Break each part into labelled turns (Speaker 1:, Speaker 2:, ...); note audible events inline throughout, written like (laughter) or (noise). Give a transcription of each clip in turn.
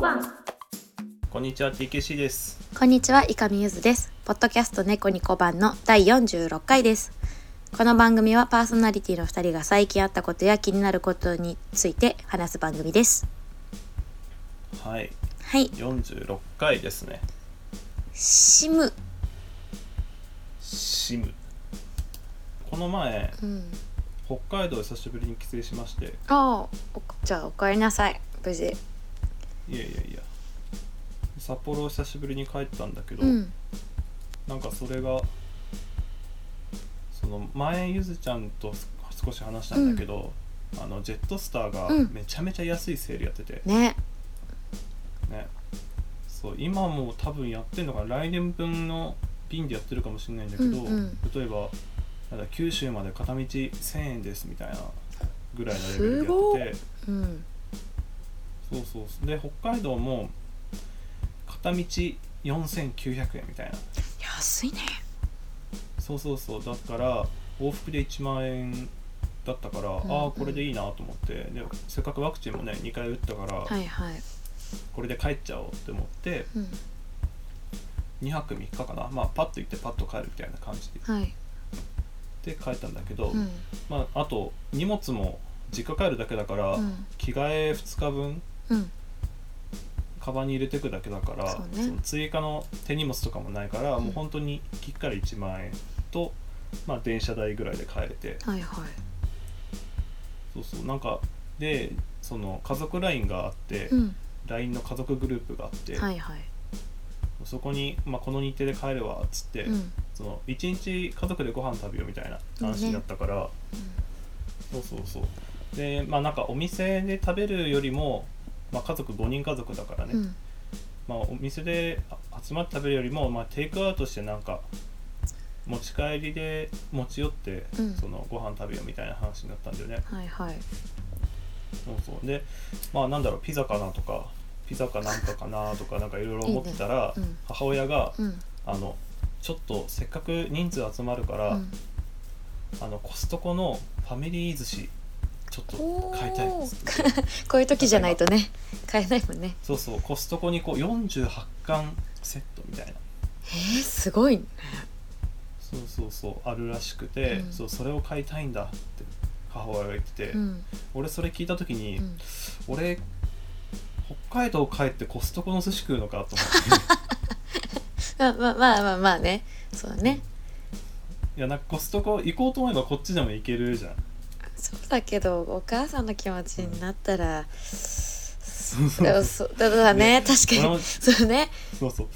Speaker 1: 番
Speaker 2: こんにちは TKC です
Speaker 3: こんにちは、いかみゆずです。ポッドキャスト猫に小判の第46回です。この番組はパーソナリティの2人が最近あったことや気になることについて話す番組です。
Speaker 2: はい
Speaker 3: はい、
Speaker 2: 46回ですね
Speaker 3: シム。
Speaker 2: シムこの前
Speaker 3: うん。
Speaker 2: 北海道へ久しぶりに帰省しまして
Speaker 3: ああ、おじゃあおかえりなさい。無事。
Speaker 2: いやいやいや札幌を久しぶりに帰ったんだけど、
Speaker 3: うん。
Speaker 2: なんかそれがその前ゆずちゃんと少し話したんだけど、あのジェットスターが
Speaker 3: うん
Speaker 2: めちゃめちゃ安いセールやってて、
Speaker 3: ね。
Speaker 2: ねそう今も多分やってんのかな来年分の便でやってるかもしれないんだけど、
Speaker 3: うんうん
Speaker 2: 例えばなんだ九州まで片道1000円ですみたいなぐらいのレベルでやってて
Speaker 3: うん。
Speaker 2: そうそうそうで北海道も片道4900円みたいな
Speaker 3: 安いね。
Speaker 2: そうそうそうだから往復で1万円だったから、
Speaker 3: ん
Speaker 2: ああこれでいいなと思ってでせっかくワクチンもね2回打ったから、
Speaker 3: はいはい。
Speaker 2: これで帰っちゃおうって思って
Speaker 3: うん。
Speaker 2: 2泊3日かな、まあ、パッと行ってパッと帰るみたいな感じ
Speaker 3: はい。
Speaker 2: で帰ったんだけど、
Speaker 3: うん。
Speaker 2: まあ、あと荷物も実家帰るだけだから、
Speaker 3: うん。
Speaker 2: 着替え2日分
Speaker 3: うん。
Speaker 2: カバンに入れてくだけだから
Speaker 3: そうね
Speaker 2: の追加の手荷物とかもないから、
Speaker 3: うん
Speaker 2: もう本当にきっから1万円と、まあ、電車代ぐらいで帰れて
Speaker 3: はいはい。
Speaker 2: そうそうなんかでその家族 LINE があって、
Speaker 3: うん。
Speaker 2: LINE の家族グループがあって、
Speaker 3: はいはい。
Speaker 2: そこに、まあ、この日程で帰るわっつって、
Speaker 3: うん。
Speaker 2: その1日家族でご飯食べようみたいな話になったから、そうそうそうでまあなんかお店で食べるよりも、まあ、家族5人家族だからね、
Speaker 3: うん。
Speaker 2: まあ、お店であ集まって食べるよりも、まあ、テイクアウトしてなんか持ち帰りで持ち寄って、
Speaker 3: うん
Speaker 2: そのご飯食べようみたいな話になったんだよね
Speaker 3: はいはい。
Speaker 2: そうそうでまあなんだろうピザかなとかピザかなんかかなとかなんかいろいろ思ってたら
Speaker 3: いいねうん
Speaker 2: 母親が
Speaker 3: うん。
Speaker 2: あのちょっとせっかく人数集まるか
Speaker 3: う
Speaker 2: ら、
Speaker 3: ん。
Speaker 2: あのコストコのファミリー寿司ちょっと買いたいっつって
Speaker 3: こういう時じゃないとね、買えないもんね。
Speaker 2: そうそうコストコにこう48巻セットみたいな
Speaker 3: えー、すごいね。
Speaker 2: そうそうそうあるらしくて、
Speaker 3: うん
Speaker 2: そうそれを買いたいんだって母親が言ってて、
Speaker 3: うん。
Speaker 2: 俺それ聞いた時に、
Speaker 3: うん
Speaker 2: 俺北海道帰ってコストコの寿司食うのかと思って
Speaker 3: まあまあまあまあまあねそうね
Speaker 2: いやなんかコストコ行こうと思えばこっちでも行けるじゃん
Speaker 3: そうだけどお母さんの気持ちになったら、
Speaker 2: (laughs) うそう
Speaker 3: でもそうだだね確
Speaker 2: 俺
Speaker 3: かに
Speaker 2: も
Speaker 3: そうね
Speaker 2: そうそう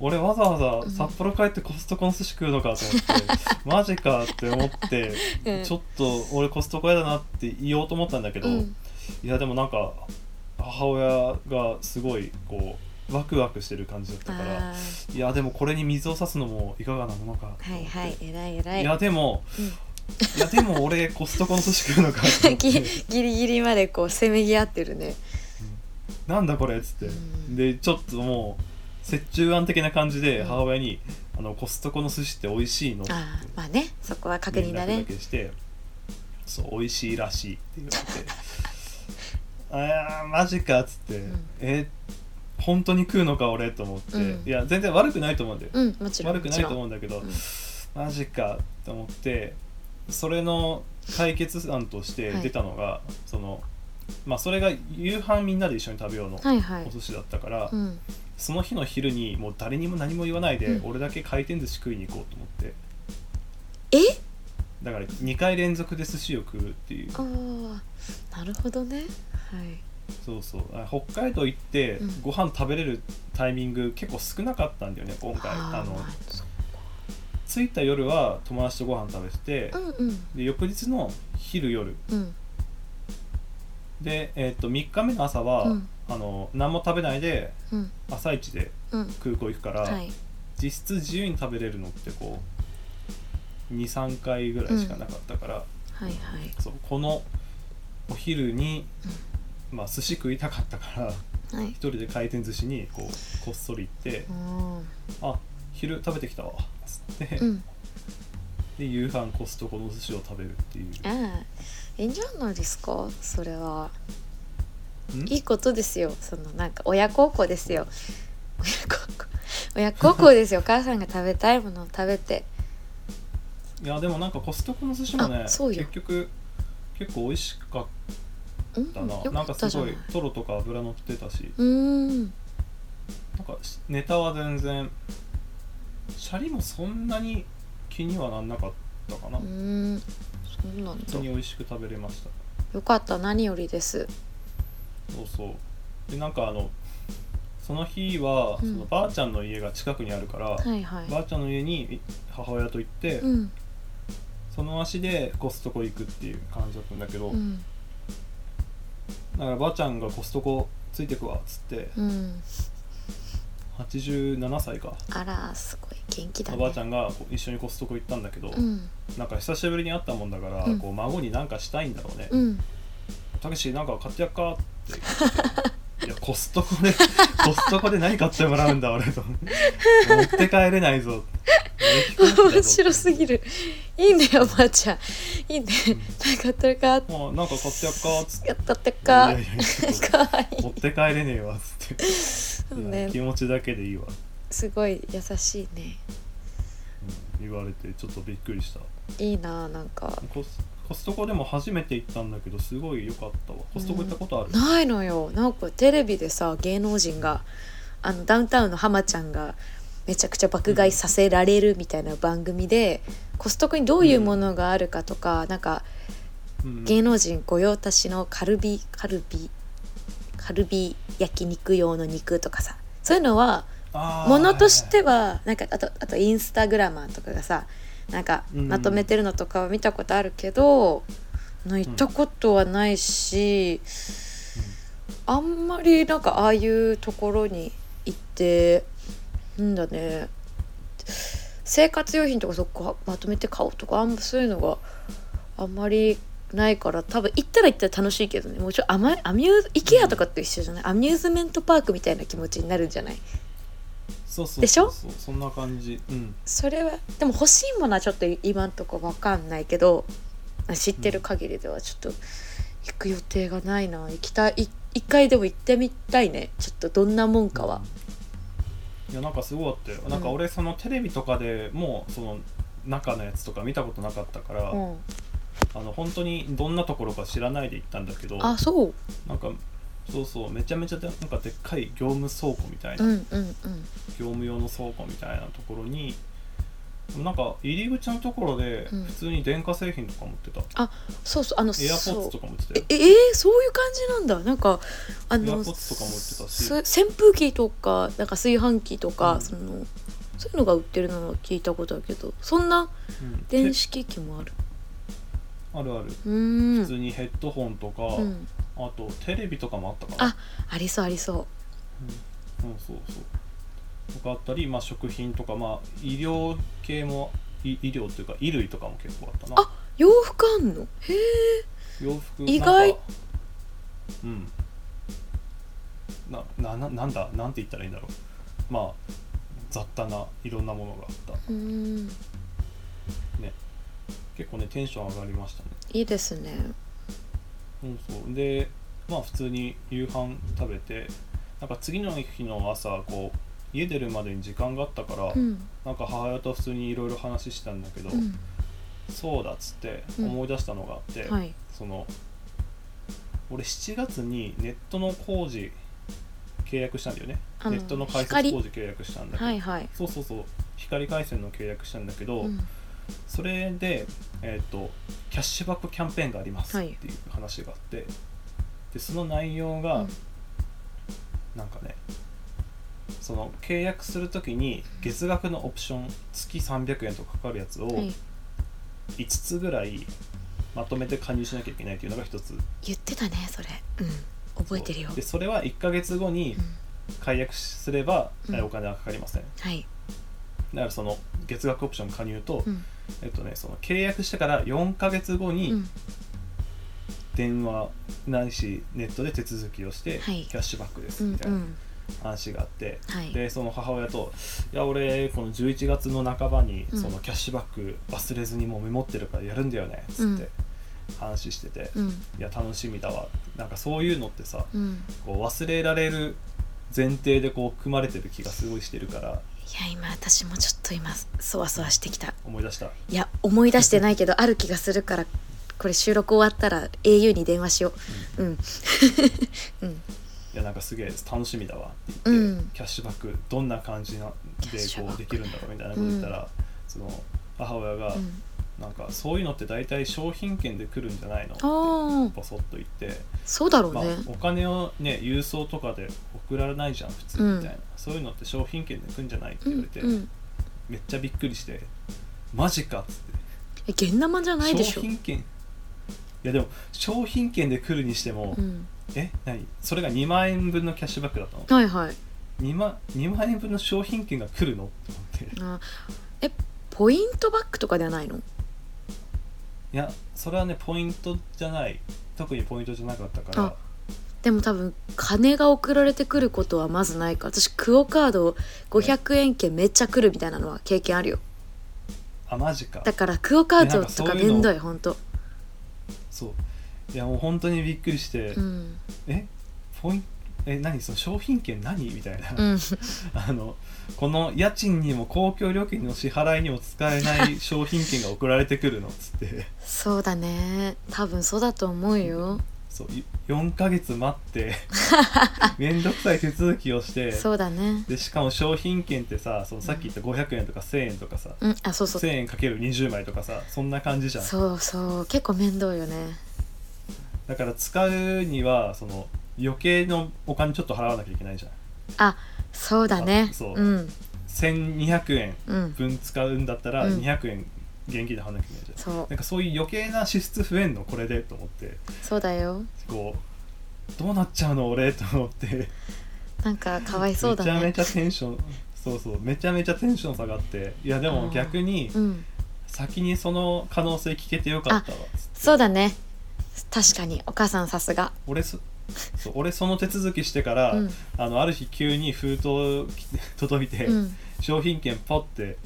Speaker 2: 俺わざわざ札幌帰ってコストコの寿司食うのかと
Speaker 3: (laughs)
Speaker 2: 思って、マジかって思って、
Speaker 3: うん
Speaker 2: ちょっと俺コストコ嫌だなって言おうと思ったんだけど、
Speaker 3: うん
Speaker 2: いやでもなんか母親がすごいこうワクワクしてる感じだったから
Speaker 3: あー
Speaker 2: いやでもこれに水を差すのもいかがなものか、
Speaker 3: はいはい偉い偉
Speaker 2: い、
Speaker 3: い
Speaker 2: やでも、
Speaker 3: うん
Speaker 2: いやでも俺コストコの寿司食うのかと思っ
Speaker 3: (laughs) (laughs) ぎ
Speaker 2: て
Speaker 3: ギリギリまでこうせめぎ合ってるね
Speaker 2: なんだこれっつって、
Speaker 3: うん
Speaker 2: でちょっともう折衷案的な感じで
Speaker 3: うん
Speaker 2: 母親に、あのコストコの寿司って美味しいの?」って
Speaker 3: あーまあねそこは確
Speaker 2: 連
Speaker 3: 認だ
Speaker 2: 絡だ
Speaker 3: ね
Speaker 2: けして「そう美味しいらしい」って言われて「ああマジか」っつって「
Speaker 3: ん
Speaker 2: え本当に食うのか俺」と思って、
Speaker 3: うん
Speaker 2: いや全然悪くないと思うんだよ、
Speaker 3: うんもちろん
Speaker 2: 悪くないと思
Speaker 3: も
Speaker 2: うんだけど、
Speaker 3: うん
Speaker 2: マジかと思ってそれの解決案として出たのが、そのまあそれが夕飯みんなで一緒に食べようの
Speaker 3: ちろんはいは
Speaker 2: お
Speaker 3: い
Speaker 2: 寿司だったから、
Speaker 3: うん
Speaker 2: その日の昼にもう誰にも何も言わないで、
Speaker 3: うん
Speaker 2: 俺だけ回転寿司食いに行こうと思って
Speaker 3: え
Speaker 2: だから2回連続で寿司を食うっていう
Speaker 3: あーなるほどねはい
Speaker 2: そうそうあ北海道行って
Speaker 3: うん
Speaker 2: ご飯食べれるタイミング結構少なかったんだよね今回あ
Speaker 3: ー
Speaker 2: の
Speaker 3: まあそ
Speaker 2: 着いた夜は友達とご飯食べて、
Speaker 3: ううんうん
Speaker 2: で翌日の昼夜
Speaker 3: うん
Speaker 2: で、えー、と3日目の朝は、
Speaker 3: うん
Speaker 2: あの何も食べないで
Speaker 3: うん
Speaker 2: 朝一で
Speaker 3: うん
Speaker 2: 空港行くから、
Speaker 3: はい
Speaker 2: 実質自由に食べれるのってこう23回ぐらいしかなかったから、
Speaker 3: はいはい
Speaker 2: そうこのお昼に、まあ、寿司食いたかったから
Speaker 3: はい
Speaker 2: 一人で回転寿司にこうこっそり行って
Speaker 3: お
Speaker 2: 「
Speaker 3: ー
Speaker 2: あ昼食べてきたわ」っつって、
Speaker 3: うん
Speaker 2: で夕飯コストコの寿司を食べるっていう
Speaker 3: ええいいんじゃないですかそれは
Speaker 2: ん
Speaker 3: いいことですよそのなんか親孝行ですよ親孝行親孝行ですよお母さんが食べたいものを食べて
Speaker 2: いやでもなんかコストコの寿司もね
Speaker 3: あそうよ
Speaker 2: 結局結構美味しかっ
Speaker 3: うん
Speaker 2: たな、な
Speaker 3: よか
Speaker 2: んか
Speaker 3: った
Speaker 2: す
Speaker 3: じゃ
Speaker 2: ご
Speaker 3: ない
Speaker 2: いトロとか脂乗ってたし
Speaker 3: うーん
Speaker 2: なんかしネタは全然シャリもそんなに気にはなんなかったかな
Speaker 3: うーんそうなん
Speaker 2: 普通
Speaker 3: だ
Speaker 2: に美味しく食べれました
Speaker 3: よかった何よりです
Speaker 2: そうそうでなんかあのその日は、
Speaker 3: うん
Speaker 2: そのばあちゃんの家が近くにあるから、
Speaker 3: はいは
Speaker 2: ば
Speaker 3: い
Speaker 2: あちゃんの家にい母親と行って、
Speaker 3: うん
Speaker 2: その足でコストコ行くっていう感じだったんだけど、
Speaker 3: うん
Speaker 2: だからばあちゃんがコストコついてくわっつって
Speaker 3: うん
Speaker 2: 87歳か、
Speaker 3: あらすごい元気だね
Speaker 2: おばあちゃんがこう一緒にコストコ行ったんだけど、
Speaker 3: うん
Speaker 2: なんか久しぶりに会ったもんだから、
Speaker 3: うん
Speaker 2: こう孫になんかしたいんだろうね
Speaker 3: うん
Speaker 2: 「たけしなんか買ってやっか」って言っていやコストコでコストコで何買ってもらうんだ俺と思って持って帰れないぞ
Speaker 3: 面白すぎ
Speaker 2: る
Speaker 3: るいいねおばあちゃんいいね
Speaker 2: うん
Speaker 3: なんか買ってるかやっ
Speaker 2: もうなんか買ってやっかっつって
Speaker 3: たっ
Speaker 2: 「
Speaker 3: てか
Speaker 2: いやいやいやちょっと
Speaker 3: かわい
Speaker 2: 持
Speaker 3: い
Speaker 2: って帰れねえわ」っつって
Speaker 3: そう
Speaker 2: い
Speaker 3: ね
Speaker 2: や気持ちだけでいいわ」うん
Speaker 3: すごい優しいね
Speaker 2: 言われてちょっとびっくりした
Speaker 3: いいななんか
Speaker 2: コスコストコでも初めて行ったんだけどすごい良かったわコストコ行ったことある、
Speaker 3: ないのよなんかテレビでさ芸能人があのダウンタウンの浜ちゃんがめちゃくちゃ爆買いさせられるみたいな番組で、コストコにどういうものがあるかとか、なんか
Speaker 2: うん
Speaker 3: 芸能人御用達のカルビカルビカルビ焼肉用の肉とかさそういうのは
Speaker 2: あー
Speaker 3: ものとしてはなんかあとあとインスタグラマーとかがさなんか
Speaker 2: うん
Speaker 3: まとめてるのとかは見たことあるけど、あの行ったことはないし、あんまりなんかああいうところに行ってなんだね生活用品とかそこまとめて買おうとかあんまそういうのがあんまりないから多分行ったら行ったら楽しいけどねもうちょっとアマアミュー IKEA とかって一緒じゃないアミューズメントパークみたいな気持ちになるんじゃない
Speaker 2: そうそうそうそう
Speaker 3: でしょ
Speaker 2: そんな感じうん
Speaker 3: それはでも欲しいものはちょっと今んとこわかんないけど知ってる限りではちょっと行く予定がないな行きたいい一回でも行ってみたいねちょっとどんなもんかは、
Speaker 2: いやなんかすごかったよ、なんか俺そのテレビとかでもうその中のやつとか見たことなかったから、
Speaker 3: うん
Speaker 2: あの本当にどんなところか知らないで行ったんだけど
Speaker 3: あそう
Speaker 2: なんかそうそうめちゃめちゃでなんかでっかい業務倉庫みたいな、
Speaker 3: うんうんうん
Speaker 2: 業務用の倉庫みたいなところになんか入り口のところで
Speaker 3: うん
Speaker 2: 普通に電化製品とか持ってた、
Speaker 3: そうそうあの
Speaker 2: エアポッ
Speaker 3: そ
Speaker 2: ツ
Speaker 3: う
Speaker 2: とか持ってた
Speaker 3: え
Speaker 2: よ
Speaker 3: えーそういう感じなんだなんかあ
Speaker 2: エア
Speaker 3: の
Speaker 2: ポッツとかも売ってたし
Speaker 3: す扇風機とかなんか炊飯器とか、
Speaker 2: うん
Speaker 3: そのそういうのが売ってるのは聞いたことあるけどそんな
Speaker 2: うん
Speaker 3: 電子機器もある
Speaker 2: あるある
Speaker 3: うーん
Speaker 2: 普通にヘッドホンとか、
Speaker 3: うん
Speaker 2: あとテレビとかもあったか
Speaker 3: あ
Speaker 2: な
Speaker 3: ありそうありそう
Speaker 2: うん、うんそうそうとかあったり、まあ、食品とか、まあ、医療系もい医療というか衣類とかも結構あったな
Speaker 3: あ洋服あんのへえ
Speaker 2: 洋服
Speaker 3: 意外
Speaker 2: なんかうんななななんだなんて言ったらいいんだろうまあ雑多ないろんなものがあった
Speaker 3: うん
Speaker 2: 結構ねテンション上がりましたね
Speaker 3: いいですね
Speaker 2: うんそうでまあ普通に夕飯食べてなんか次の日の朝こう家出るまでに時間があったから、
Speaker 3: うん
Speaker 2: なんか母親と普通にいろいろ話したんだけど、
Speaker 3: うん
Speaker 2: そうだっつって
Speaker 3: うん
Speaker 2: 思い出したのがあって、
Speaker 3: はい
Speaker 2: その俺7月にネットの工事契約したんだよね
Speaker 3: あの
Speaker 2: ネットの開
Speaker 3: 光
Speaker 2: 設工事契約したんだけど、
Speaker 3: はいはい
Speaker 2: そうそうそう光回線の契約したんだけど、
Speaker 3: うん
Speaker 2: それで、えー、とキャッシュバックキャンペーンがありますっ
Speaker 3: は
Speaker 2: てい
Speaker 3: い
Speaker 2: う話があって、でその内容が、
Speaker 3: うん
Speaker 2: なんかねその契約するときに月額のオプション月300円とかかかるやつを
Speaker 3: はい
Speaker 2: 5つぐらいまとめて加入しなきゃいけないというのが1つ
Speaker 3: 言ってたねそれうん覚えてるよ
Speaker 2: でそれは1ヶ月後に
Speaker 3: うん
Speaker 2: 解約すれば、
Speaker 3: うん
Speaker 2: えお金はかかりません
Speaker 3: はい
Speaker 2: だからその月額オプション加入と、
Speaker 3: うん
Speaker 2: えっとねその契約してから4ヶ月後に、
Speaker 3: うん
Speaker 2: 電話ないしネットで手続きをして、
Speaker 3: はい
Speaker 2: キャッシュバックです
Speaker 3: う
Speaker 2: み
Speaker 3: ん
Speaker 2: た
Speaker 3: う
Speaker 2: いなん話があって、
Speaker 3: はい
Speaker 2: でその母親と「いや俺この11月の半ばに
Speaker 3: うん
Speaker 2: そのキャッシュバック忘れずにもうメモってるからやるんだよね」っつって、
Speaker 3: うん
Speaker 2: 話してて、
Speaker 3: うん
Speaker 2: いや楽しみだわなんかそういうのってさ
Speaker 3: うん
Speaker 2: こう忘れられる前提でこう組まれてる気がすごいしてるから
Speaker 3: いや今私もちょっと今そわそわしてきた
Speaker 2: 思い出した
Speaker 3: いや思い出してないけどある気がするからこれ収録終わったら au に電話しよううん
Speaker 2: いやなんかすげえ楽しみだわって
Speaker 3: う
Speaker 2: 言って、
Speaker 3: ん
Speaker 2: キャッシュバックどんな感じな
Speaker 3: キャッシ
Speaker 2: で
Speaker 3: ュバ
Speaker 2: こ
Speaker 3: ッ
Speaker 2: う
Speaker 3: ク
Speaker 2: できるんだろうみたいなこと言ったら、その母親が、
Speaker 3: うん
Speaker 2: なんかそういうのって大体商品券で来るんじゃないの
Speaker 3: ああ
Speaker 2: ボソッと言って、
Speaker 3: そうだろう
Speaker 2: まあ
Speaker 3: ね、
Speaker 2: お金をね郵送とかで送られないじゃん普通みたいな、そういうのって商品券で来るんじゃないって
Speaker 3: う
Speaker 2: 言われ
Speaker 3: ん
Speaker 2: て、
Speaker 3: うん
Speaker 2: めっちゃびっくりしてマジかっつって
Speaker 3: え現生じゃないでし
Speaker 2: 商
Speaker 3: ょ
Speaker 2: 品券いやでも商品券で来るにしても、
Speaker 3: うん
Speaker 2: え何それが2万円分のキャッシュバックだったの
Speaker 3: はいはい
Speaker 2: 2, 万2万円分の商品券が来るのって思ってい
Speaker 3: あえポイントバックとかではないの
Speaker 2: やそれはねポイントじゃない特にポイントじゃなかったから
Speaker 3: あでも多分金が送られてくることはまずないから私クオ・カード500円券めっちゃ来るみたいなのは経験あるよ
Speaker 2: あマジか
Speaker 3: だからクオ・カー
Speaker 2: ねなん
Speaker 3: ド
Speaker 2: か
Speaker 3: と
Speaker 2: そう
Speaker 3: か
Speaker 2: いう
Speaker 3: め
Speaker 2: の
Speaker 3: んどいほんと
Speaker 2: そういやもう本当にびっくりして、
Speaker 3: うん
Speaker 2: えポインえ何その商品券何みたいな、
Speaker 3: うん
Speaker 2: (laughs) あのこの家賃にも公共料金の支払いにも使えない商品券が送られてくるのっつって
Speaker 3: そうだね多分そうだと思うよ
Speaker 2: そうい4ヶ月待って
Speaker 3: (laughs)
Speaker 2: 面倒くさい手続きをして
Speaker 3: そうだね
Speaker 2: でしかも商品券ってさそのさっき言った500円とか1000円とかさ、
Speaker 3: うんあそうそう
Speaker 2: 1000円かける20枚とかさそんな感じじゃん
Speaker 3: そうそう結構面倒よね
Speaker 2: だから使うにはその余計のお金ちょっと払わなきゃいけないじゃん
Speaker 3: あそうだね
Speaker 2: あそう
Speaker 3: うん
Speaker 2: 1200円
Speaker 3: うん
Speaker 2: 分使うんだったら
Speaker 3: うん
Speaker 2: 200円現金で払わなきゃいけないじゃん、
Speaker 3: そう
Speaker 2: なんかそういう余計な支出増えんのこれでと思って
Speaker 3: そうだよ
Speaker 2: こうどうなっちゃうの俺と思って
Speaker 3: なんかかわいそう
Speaker 2: め
Speaker 3: だ
Speaker 2: ちゃめ
Speaker 3: ね
Speaker 2: ちゃテンションそうそうめちゃめちゃテンション下がっていやで
Speaker 3: あ
Speaker 2: も
Speaker 3: ー
Speaker 2: 逆に
Speaker 3: うん
Speaker 2: 先にその可能性聞けてよかったわつって
Speaker 3: そうだね確かにお母さんさすが
Speaker 2: 俺そそう俺その手続きしてから、
Speaker 3: うん
Speaker 2: あのある日急に封筒き (laughs) 届いて、
Speaker 3: うん
Speaker 2: 商品券ポッて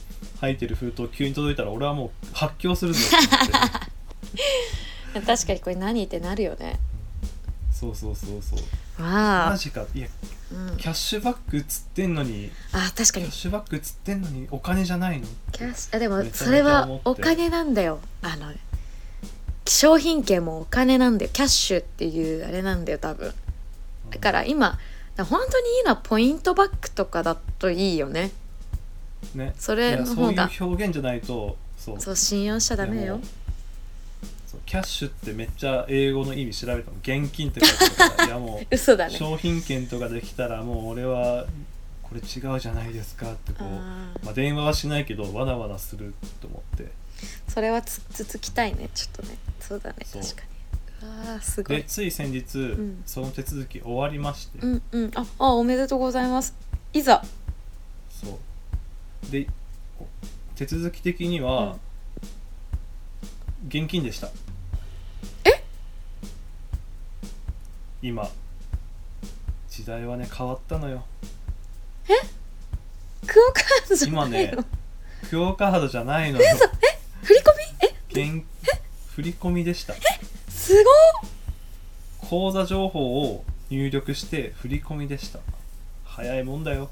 Speaker 2: 入ってる封筒急に届いたら俺はもう発狂
Speaker 3: (laughs)
Speaker 2: するぞって思って
Speaker 3: 確かにこれ何ってなるよね
Speaker 2: そうそうそうそう
Speaker 3: わ
Speaker 2: マ
Speaker 3: あ、
Speaker 2: ジかいや
Speaker 3: うん、
Speaker 2: キャッシュバックっつってんのに
Speaker 3: あ確か
Speaker 2: キャ
Speaker 3: に
Speaker 2: ッシュバックっつってんのにお金じゃないの
Speaker 3: キャッシュあでも
Speaker 2: めちゃめちゃ
Speaker 3: それは
Speaker 2: 思って
Speaker 3: お金なんだよあの商品券もお金なんだよキャッシュっていうあれなんだよ多分だから今だ本当にいいのはポイントバックとかだといいよね
Speaker 2: ね
Speaker 3: それの方
Speaker 2: いや
Speaker 3: が
Speaker 2: そういう表現じゃないとそう
Speaker 3: そう信用しちゃダメよ
Speaker 2: いやもうそうキャッシュってめっちゃ英語の意味調べたの現金って書いてあ
Speaker 3: (laughs)
Speaker 2: るからいやもう
Speaker 3: 嘘だね
Speaker 2: 商品券とかできたらもう俺はこれ違うじゃないですかってこう
Speaker 3: あー
Speaker 2: まあ、電話はしないけどわなわなすると思って
Speaker 3: それはつ続きたいねちょっとねそうだね
Speaker 2: そう
Speaker 3: 確かにわあすご
Speaker 2: で
Speaker 3: い
Speaker 2: つい先日、
Speaker 3: ん
Speaker 2: その手続き終わりまして、
Speaker 3: うんうんああおめでとうございますいざ
Speaker 2: そうでこう手続き的には、現金でした
Speaker 3: え
Speaker 2: 今時代はね変わったのよ
Speaker 3: クオカードじゃな
Speaker 2: 今
Speaker 3: いの、
Speaker 2: ねクオカードじゃないのよ
Speaker 3: 振り込みえ
Speaker 2: 現振り込みでした
Speaker 3: すごっ
Speaker 2: 口座情報を入力して振り込みでした早いもんだよ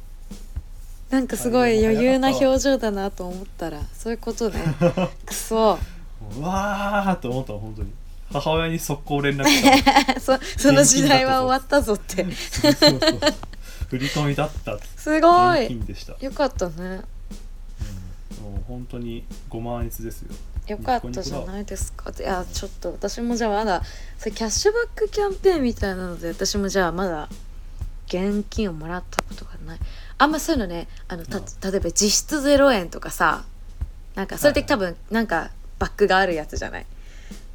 Speaker 3: なんかすごい
Speaker 2: あでも
Speaker 3: 余裕な
Speaker 2: 早かったわ
Speaker 3: 表情だなと思ったらそういう
Speaker 2: (laughs)
Speaker 3: ことねくそ
Speaker 2: うわーと思ったの本当に母親に速攻連絡した
Speaker 3: (laughs) そその時代は終わったぞって (laughs)
Speaker 2: そうそうそう振り込みだったって
Speaker 3: すご
Speaker 2: 現
Speaker 3: い
Speaker 2: 金でした、
Speaker 3: よかったね
Speaker 2: うん、もう本当にご満悦ですよ
Speaker 3: よかったじゃないですかいやちょっと私もじゃあまだそれキャッシュバックキャンペーンみたいなので私もじゃあまだ現金をもらったことがないあんまそういうのねあのた例えば実質0円とかさなんかそれって多分なんかバックがあるやつじゃない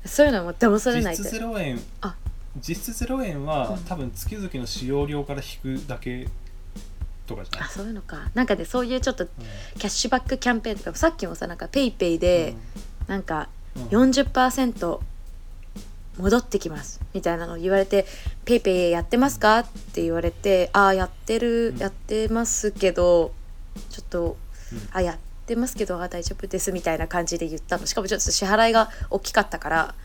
Speaker 3: そういうのも騙されない
Speaker 2: 実
Speaker 3: で
Speaker 2: 質0円
Speaker 3: あ
Speaker 2: 実質0円は、
Speaker 3: うん
Speaker 2: 多分月々の使用料から引くだけとかじゃな
Speaker 3: あ
Speaker 2: い、
Speaker 3: そういうのかなんかでそういうちょっと
Speaker 2: うん
Speaker 3: キャッシュバックキャンペーンとかさっきもさなんかペイペイでなんか、
Speaker 2: うんうん
Speaker 3: 40%戻ってきますみたいなのを言われて「ペイペイやってますか?」って言われて「ああやってる
Speaker 2: うん
Speaker 3: やってますけどちょっと
Speaker 2: うん
Speaker 3: あやってますけどあー大丈夫です」みたいな感じで言ったのしかもちょっと支払いが大きかったから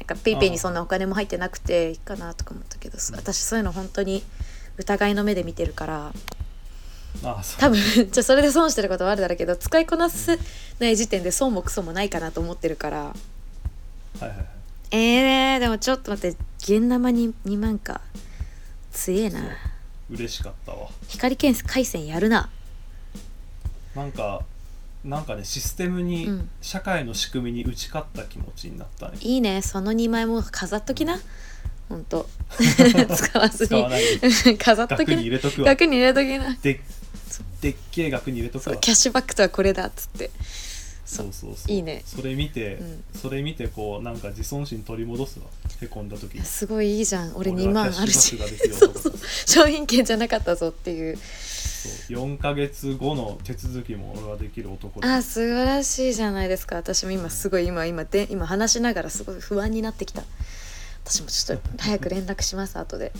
Speaker 3: なんかペイペイにそんなお金も入ってなくていいかなとか思ったけど
Speaker 2: うん
Speaker 3: 私そういうの本当に疑いの目で見てるから
Speaker 2: あそう
Speaker 3: 多分 (laughs) じゃあそれで損してることはあるだろうけど使いこなせない時点で損もクソもないかなと思ってるから
Speaker 2: はいはいはい
Speaker 3: えー、でもちょっと待って現生に2万か強えな
Speaker 2: そう嬉しかったわ
Speaker 3: 光剣回線やるな
Speaker 2: なんかなんかねシステムに、
Speaker 3: うん
Speaker 2: 社会の仕組みに打ち勝った気持ちになったね
Speaker 3: いいねその2枚も飾っときなほんと (laughs) 使わず
Speaker 2: 使わ
Speaker 3: に
Speaker 2: ないで
Speaker 3: 飾っと
Speaker 2: 額
Speaker 3: き
Speaker 2: に
Speaker 3: な
Speaker 2: 入れとくわ
Speaker 3: 額に入れときな
Speaker 2: ででっけえ額に入れとく
Speaker 3: そう
Speaker 2: わ
Speaker 3: キャッシュバックとはこれだっつって
Speaker 2: そうそうそう
Speaker 3: い
Speaker 2: い
Speaker 3: いね
Speaker 2: それ見て、
Speaker 3: うん
Speaker 2: それ見てこうなんか自尊心取り戻すわへこんだ時に
Speaker 3: すごいいいじゃん俺
Speaker 2: 俺は
Speaker 3: 2万あ
Speaker 2: キ
Speaker 3: る
Speaker 2: ャッシ
Speaker 3: し
Speaker 2: ュバックができる
Speaker 3: そうそう商品券じゃなかったぞっていう
Speaker 2: そう4ヶ月後の手続きも俺はできる男で
Speaker 3: あー素晴らしいじゃないですか私も今すごい今今で今話しながらすごい不安になってきた私もちょっと早く連絡します後で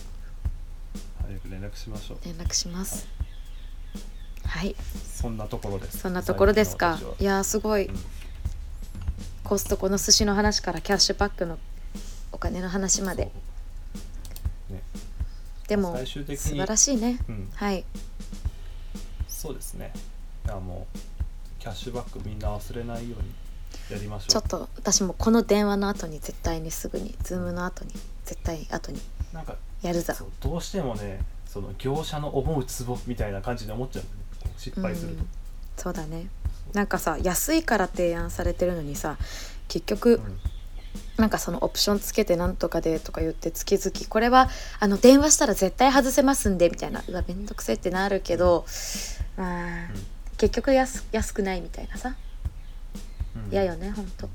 Speaker 2: 早く連絡しましょう
Speaker 3: 連絡しますはい
Speaker 2: そんなところです
Speaker 3: そんなところですか
Speaker 2: 最近の私はい
Speaker 3: やーすごい
Speaker 2: うん
Speaker 3: コストコの寿司の話からキャッシュバックのお金の話ま
Speaker 2: そ
Speaker 3: で
Speaker 2: うね
Speaker 3: でも
Speaker 2: 最終的に
Speaker 3: 素晴らしいね
Speaker 2: うん
Speaker 3: はい
Speaker 2: そうですねいやもうキャッシュバックみんな忘れないようにやりまし
Speaker 3: ち
Speaker 2: ょ
Speaker 3: ょ
Speaker 2: う
Speaker 3: っと私もこの電話の後に絶対にすぐにズームの後に絶対後に
Speaker 2: なんか
Speaker 3: やるぞ
Speaker 2: そうどうしてもねその業者の思うツボみたいな感じで思っちゃうんだよねこう失敗すると、
Speaker 3: うんそうだねなんかさ安いから提案されてるのにさ結局
Speaker 2: うん
Speaker 3: なんかそのオプションつけてなんとかでとか言って月々これはあの電話したら絶対外せますんでみたいなうわめんどくせえってなるけど、まあ
Speaker 2: うん
Speaker 3: 結局安安くないみたいなさ
Speaker 2: うん
Speaker 3: 嫌よねほんと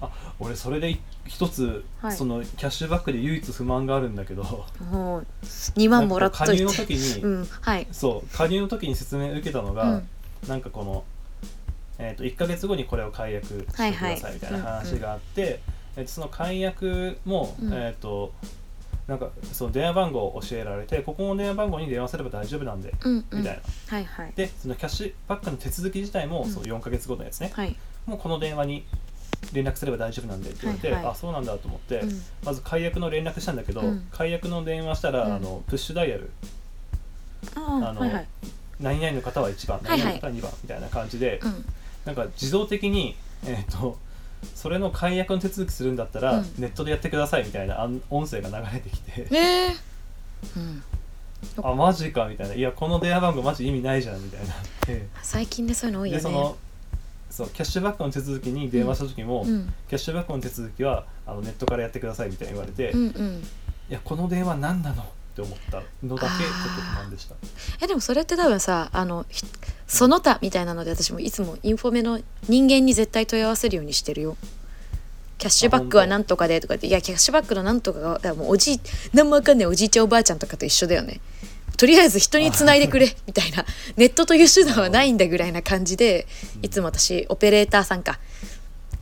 Speaker 2: あ俺それで一つ、
Speaker 3: はい
Speaker 2: そのキャッシュバックで唯一不満があるんだけど
Speaker 3: もう2万もらっといて
Speaker 2: なんか加入の時に、
Speaker 3: うんはい
Speaker 2: そう加入の時に説明受けたの
Speaker 3: う
Speaker 2: が、
Speaker 3: ん
Speaker 2: なんかこの、えー、と1か月後にこれを解約してください
Speaker 3: はいはい
Speaker 2: みたいな話があって、えーとその解約も、
Speaker 3: うん
Speaker 2: えっ、となんかその電話番号を教えられてここの電話番号に電話すれば大丈夫なんで
Speaker 3: うんう
Speaker 2: み
Speaker 3: ん
Speaker 2: たい
Speaker 3: は
Speaker 2: な、
Speaker 3: いはい
Speaker 2: でそのキャッシュバックの手続き自体も、
Speaker 3: うん
Speaker 2: その4か月後のやつね、
Speaker 3: はい
Speaker 2: もうこの電話に連絡すれば大丈夫なんでって言われて、
Speaker 3: はいはい
Speaker 2: あそうなんだと思って、
Speaker 3: うん
Speaker 2: まず解約の連絡したんだけど、
Speaker 3: うん
Speaker 2: 解約の電話したら、
Speaker 3: うん
Speaker 2: あのプッシュダイヤル
Speaker 3: ああ
Speaker 2: あの
Speaker 3: はいはい
Speaker 2: 何々の方は1番
Speaker 3: はいはい
Speaker 2: 何々の方は2番みたいな感じで、
Speaker 3: うん
Speaker 2: なんか自動的に、えー、とそれの解約の手続きするんだったら、
Speaker 3: うん
Speaker 2: ネットでやってくださいみたいなあん音声が流れてきて、
Speaker 3: ねえうん
Speaker 2: (laughs) あマジかみたいないやこの電話番号マジ意味ないじゃんみたいになって
Speaker 3: 最近でそういうの多いよ
Speaker 2: でそ
Speaker 3: ね
Speaker 2: のそうキャッシュバックの手続きに電話した時も、
Speaker 3: うん
Speaker 2: キャッシュバックの手続きはあのネットからやってくださいみたいに言われて、
Speaker 3: う
Speaker 2: い
Speaker 3: んうん
Speaker 2: やこの電話何なのって思ったのだけちょっと不満でした。
Speaker 3: えでもそれって多分さあのひその他みたいなので私もいつもインフォメの人間に絶対問い合わせるようにしてるよキャッシュバックはなんとかでとか言っていやキャッシュバックのなんとかがいやもうおじい何もわかんないおじいちゃんおばあちゃんとかと一緒だよねとりあえず人につないでくれみたいなネットという手段はないんだぐらいな感じで
Speaker 2: うん
Speaker 3: いつも私オペレーターさんか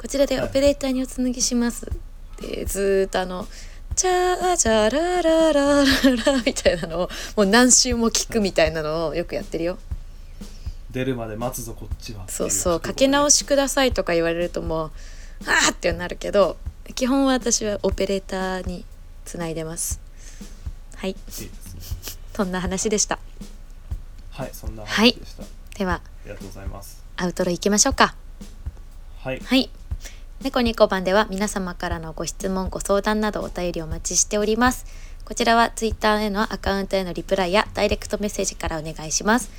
Speaker 3: こちらで
Speaker 2: はい
Speaker 3: オペレーターにおつなぎしますってずーっとあの「チャーチャラララララ」みたいなのをもう何周も聞くみたいなのをよくやってるよ。
Speaker 2: 出るまで待つぞこっちはってい
Speaker 3: そうそう「か
Speaker 2: 覚
Speaker 3: け
Speaker 2: 悟でね
Speaker 3: 直しください」とか言われるともう「あーってなるけど基本は私はオペレーターにつないでます。はい
Speaker 2: いいですね
Speaker 3: そんな話でした。
Speaker 2: はいそんな
Speaker 3: は
Speaker 2: 話
Speaker 3: い
Speaker 2: でした、
Speaker 3: では
Speaker 2: ありがとうございます
Speaker 3: アウトロ行きましょうか。
Speaker 2: はい
Speaker 3: はい。猫ニコ版では皆様からのご質問、ご相談などお便りお待ちしております。こちらは Twitter へのアカウントへのリプライやダイレクトメッセージからお願いします。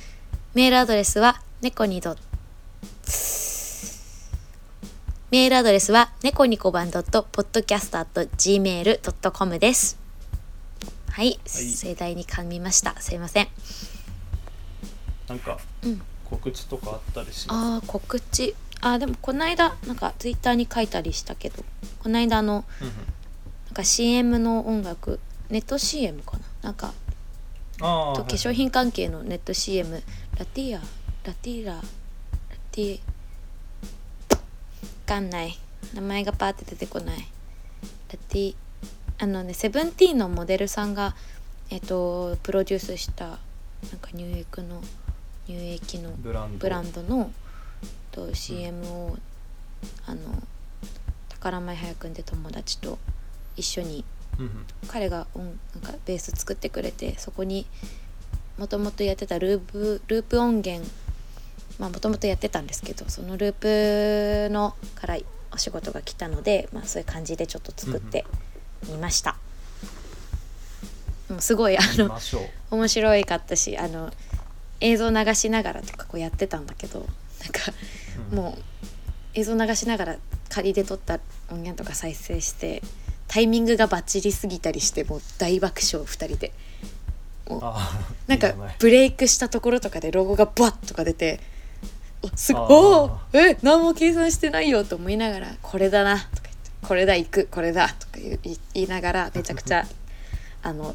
Speaker 3: メールアドレスは猫にどメールアドレスは猫ニコ版 .podcast.gmail.com です。はい、盛大に噛みました。すいません。
Speaker 2: なんか
Speaker 3: うん
Speaker 2: 告知とかあったりします
Speaker 3: あー告知あーでもこの間なんかツイッターに書いたりしたけどこの間あの
Speaker 2: うんうん
Speaker 3: なんか CM の音楽ネット CM かななんか
Speaker 2: あー
Speaker 3: と化粧品関係のネット CM ラティアラティララティわかんない名前がパーって出てこないラティあのねセブンティーンのモデルさんがえっとプロデュースしたなんか乳液の乳液の
Speaker 2: ブランド
Speaker 3: ブランドのと CM を、あのから前早くんで友達と一緒に
Speaker 2: うんうん
Speaker 3: 彼が音なんかベース作ってくれてそこにもともとやってたループループ音源まあもともとやってたんですけどそのループのからお仕事が来たので、まあ、そういう感じでちょっと作ってみました。もうすごいあ
Speaker 2: 見
Speaker 3: の
Speaker 2: ましょう
Speaker 3: 面白いかったしあの映像流しながらとかこうやってたんだけどなんか
Speaker 2: うん
Speaker 3: もう映像流しながら仮で撮った音源とか再生してタイミングがバッチリすぎたりしてもう大爆笑2人で
Speaker 2: あー
Speaker 3: (laughs) なん
Speaker 2: い
Speaker 3: か
Speaker 2: いじゃい
Speaker 3: ブレイクしたところとかでロゴがバッとか出て「おすごい
Speaker 2: あー
Speaker 3: おーえ何も計算してないよ」と思いながら「これだな」とか言って「これだ行くこれだ」とか言う言い言いながらめちゃくちゃあの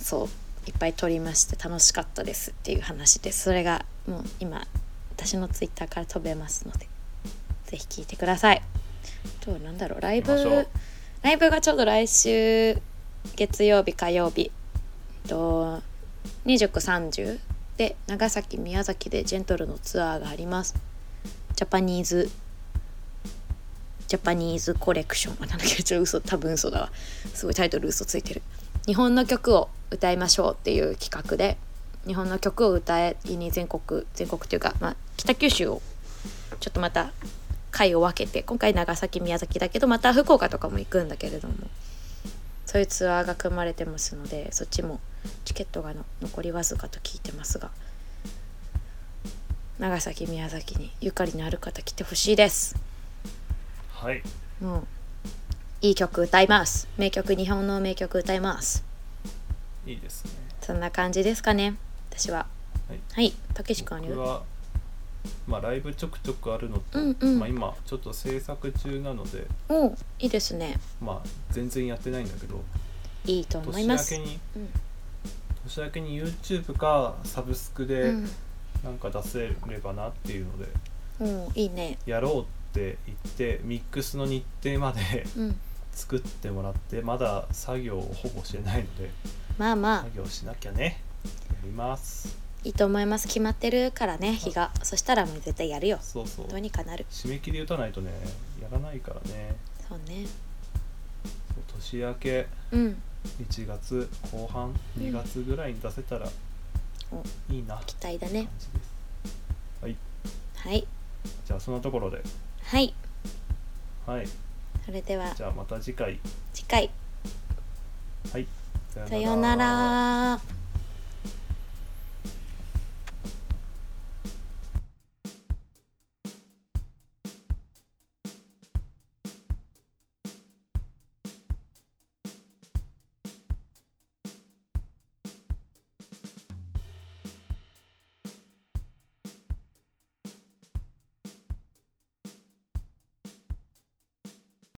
Speaker 3: そういっぱい撮りまして楽しかったですっていう話ですそれがもう今私のツイッターから飛べますのでぜひ聞いてください。あとはなんだろうライ
Speaker 2: 行きましょ
Speaker 3: ブ
Speaker 2: う
Speaker 3: ライブがちょうど来週月曜日火曜日えっと2930で長崎宮崎でジェントルのツアーがありますジャパニーズジャパニーズコレクションあなんだっけちょっと嘘多分嘘だわすごいタイトル嘘ついてる日本の曲を歌いましょうっていう企画で日本の曲を歌いに全国全国というか、まあ、北九州をちょっとまた回を分けて今回長崎宮崎だけどまた福岡とかも行くんだけれどもそういうツアーが組まれてますのでそっちもチケットがの残りわずかと聞いてますが長崎宮崎にゆかりのある方来てほしいです
Speaker 2: はい
Speaker 3: もういい曲歌います名曲日本の名曲歌います
Speaker 2: いいですね
Speaker 3: そんな感じですかね私は
Speaker 2: はい
Speaker 3: はいたけし君ありが
Speaker 2: 僕
Speaker 3: とう
Speaker 2: はまあライブちょくちょくあるのと、
Speaker 3: うんうん
Speaker 2: まあ、今ちょっと制作中なので
Speaker 3: おういいですね
Speaker 2: まあ全然やってないんだけど
Speaker 3: いいと思い
Speaker 2: 年
Speaker 3: ま
Speaker 2: 明
Speaker 3: す
Speaker 2: けに
Speaker 3: うん
Speaker 2: 年明けに YouTube かサブスクで
Speaker 3: うん
Speaker 2: なんか出せればなっていうので、
Speaker 3: おういいね
Speaker 2: やろうって言ってミックスの日程まで
Speaker 3: うん
Speaker 2: 作ってもらってまだ作業をほぼしてないので
Speaker 3: まあまあ
Speaker 2: 作業しなきゃねやります
Speaker 3: いいと思います決まってるからね日がそしたらもう絶対やるよ
Speaker 2: そうそう
Speaker 3: どうにかなる
Speaker 2: 締め切り打たないとねやらないからね
Speaker 3: そうね
Speaker 2: そう年明け
Speaker 3: うん
Speaker 2: 1月後半
Speaker 3: うん
Speaker 2: 2月ぐらいに出せたらいいなって
Speaker 3: 期待だ
Speaker 2: 感
Speaker 3: ね
Speaker 2: じです、はい
Speaker 3: はい
Speaker 2: じゃあそんなところで
Speaker 3: はい
Speaker 2: はい
Speaker 3: それでは
Speaker 2: じゃあまた次回
Speaker 3: 次回
Speaker 2: はいさ
Speaker 3: さようなら。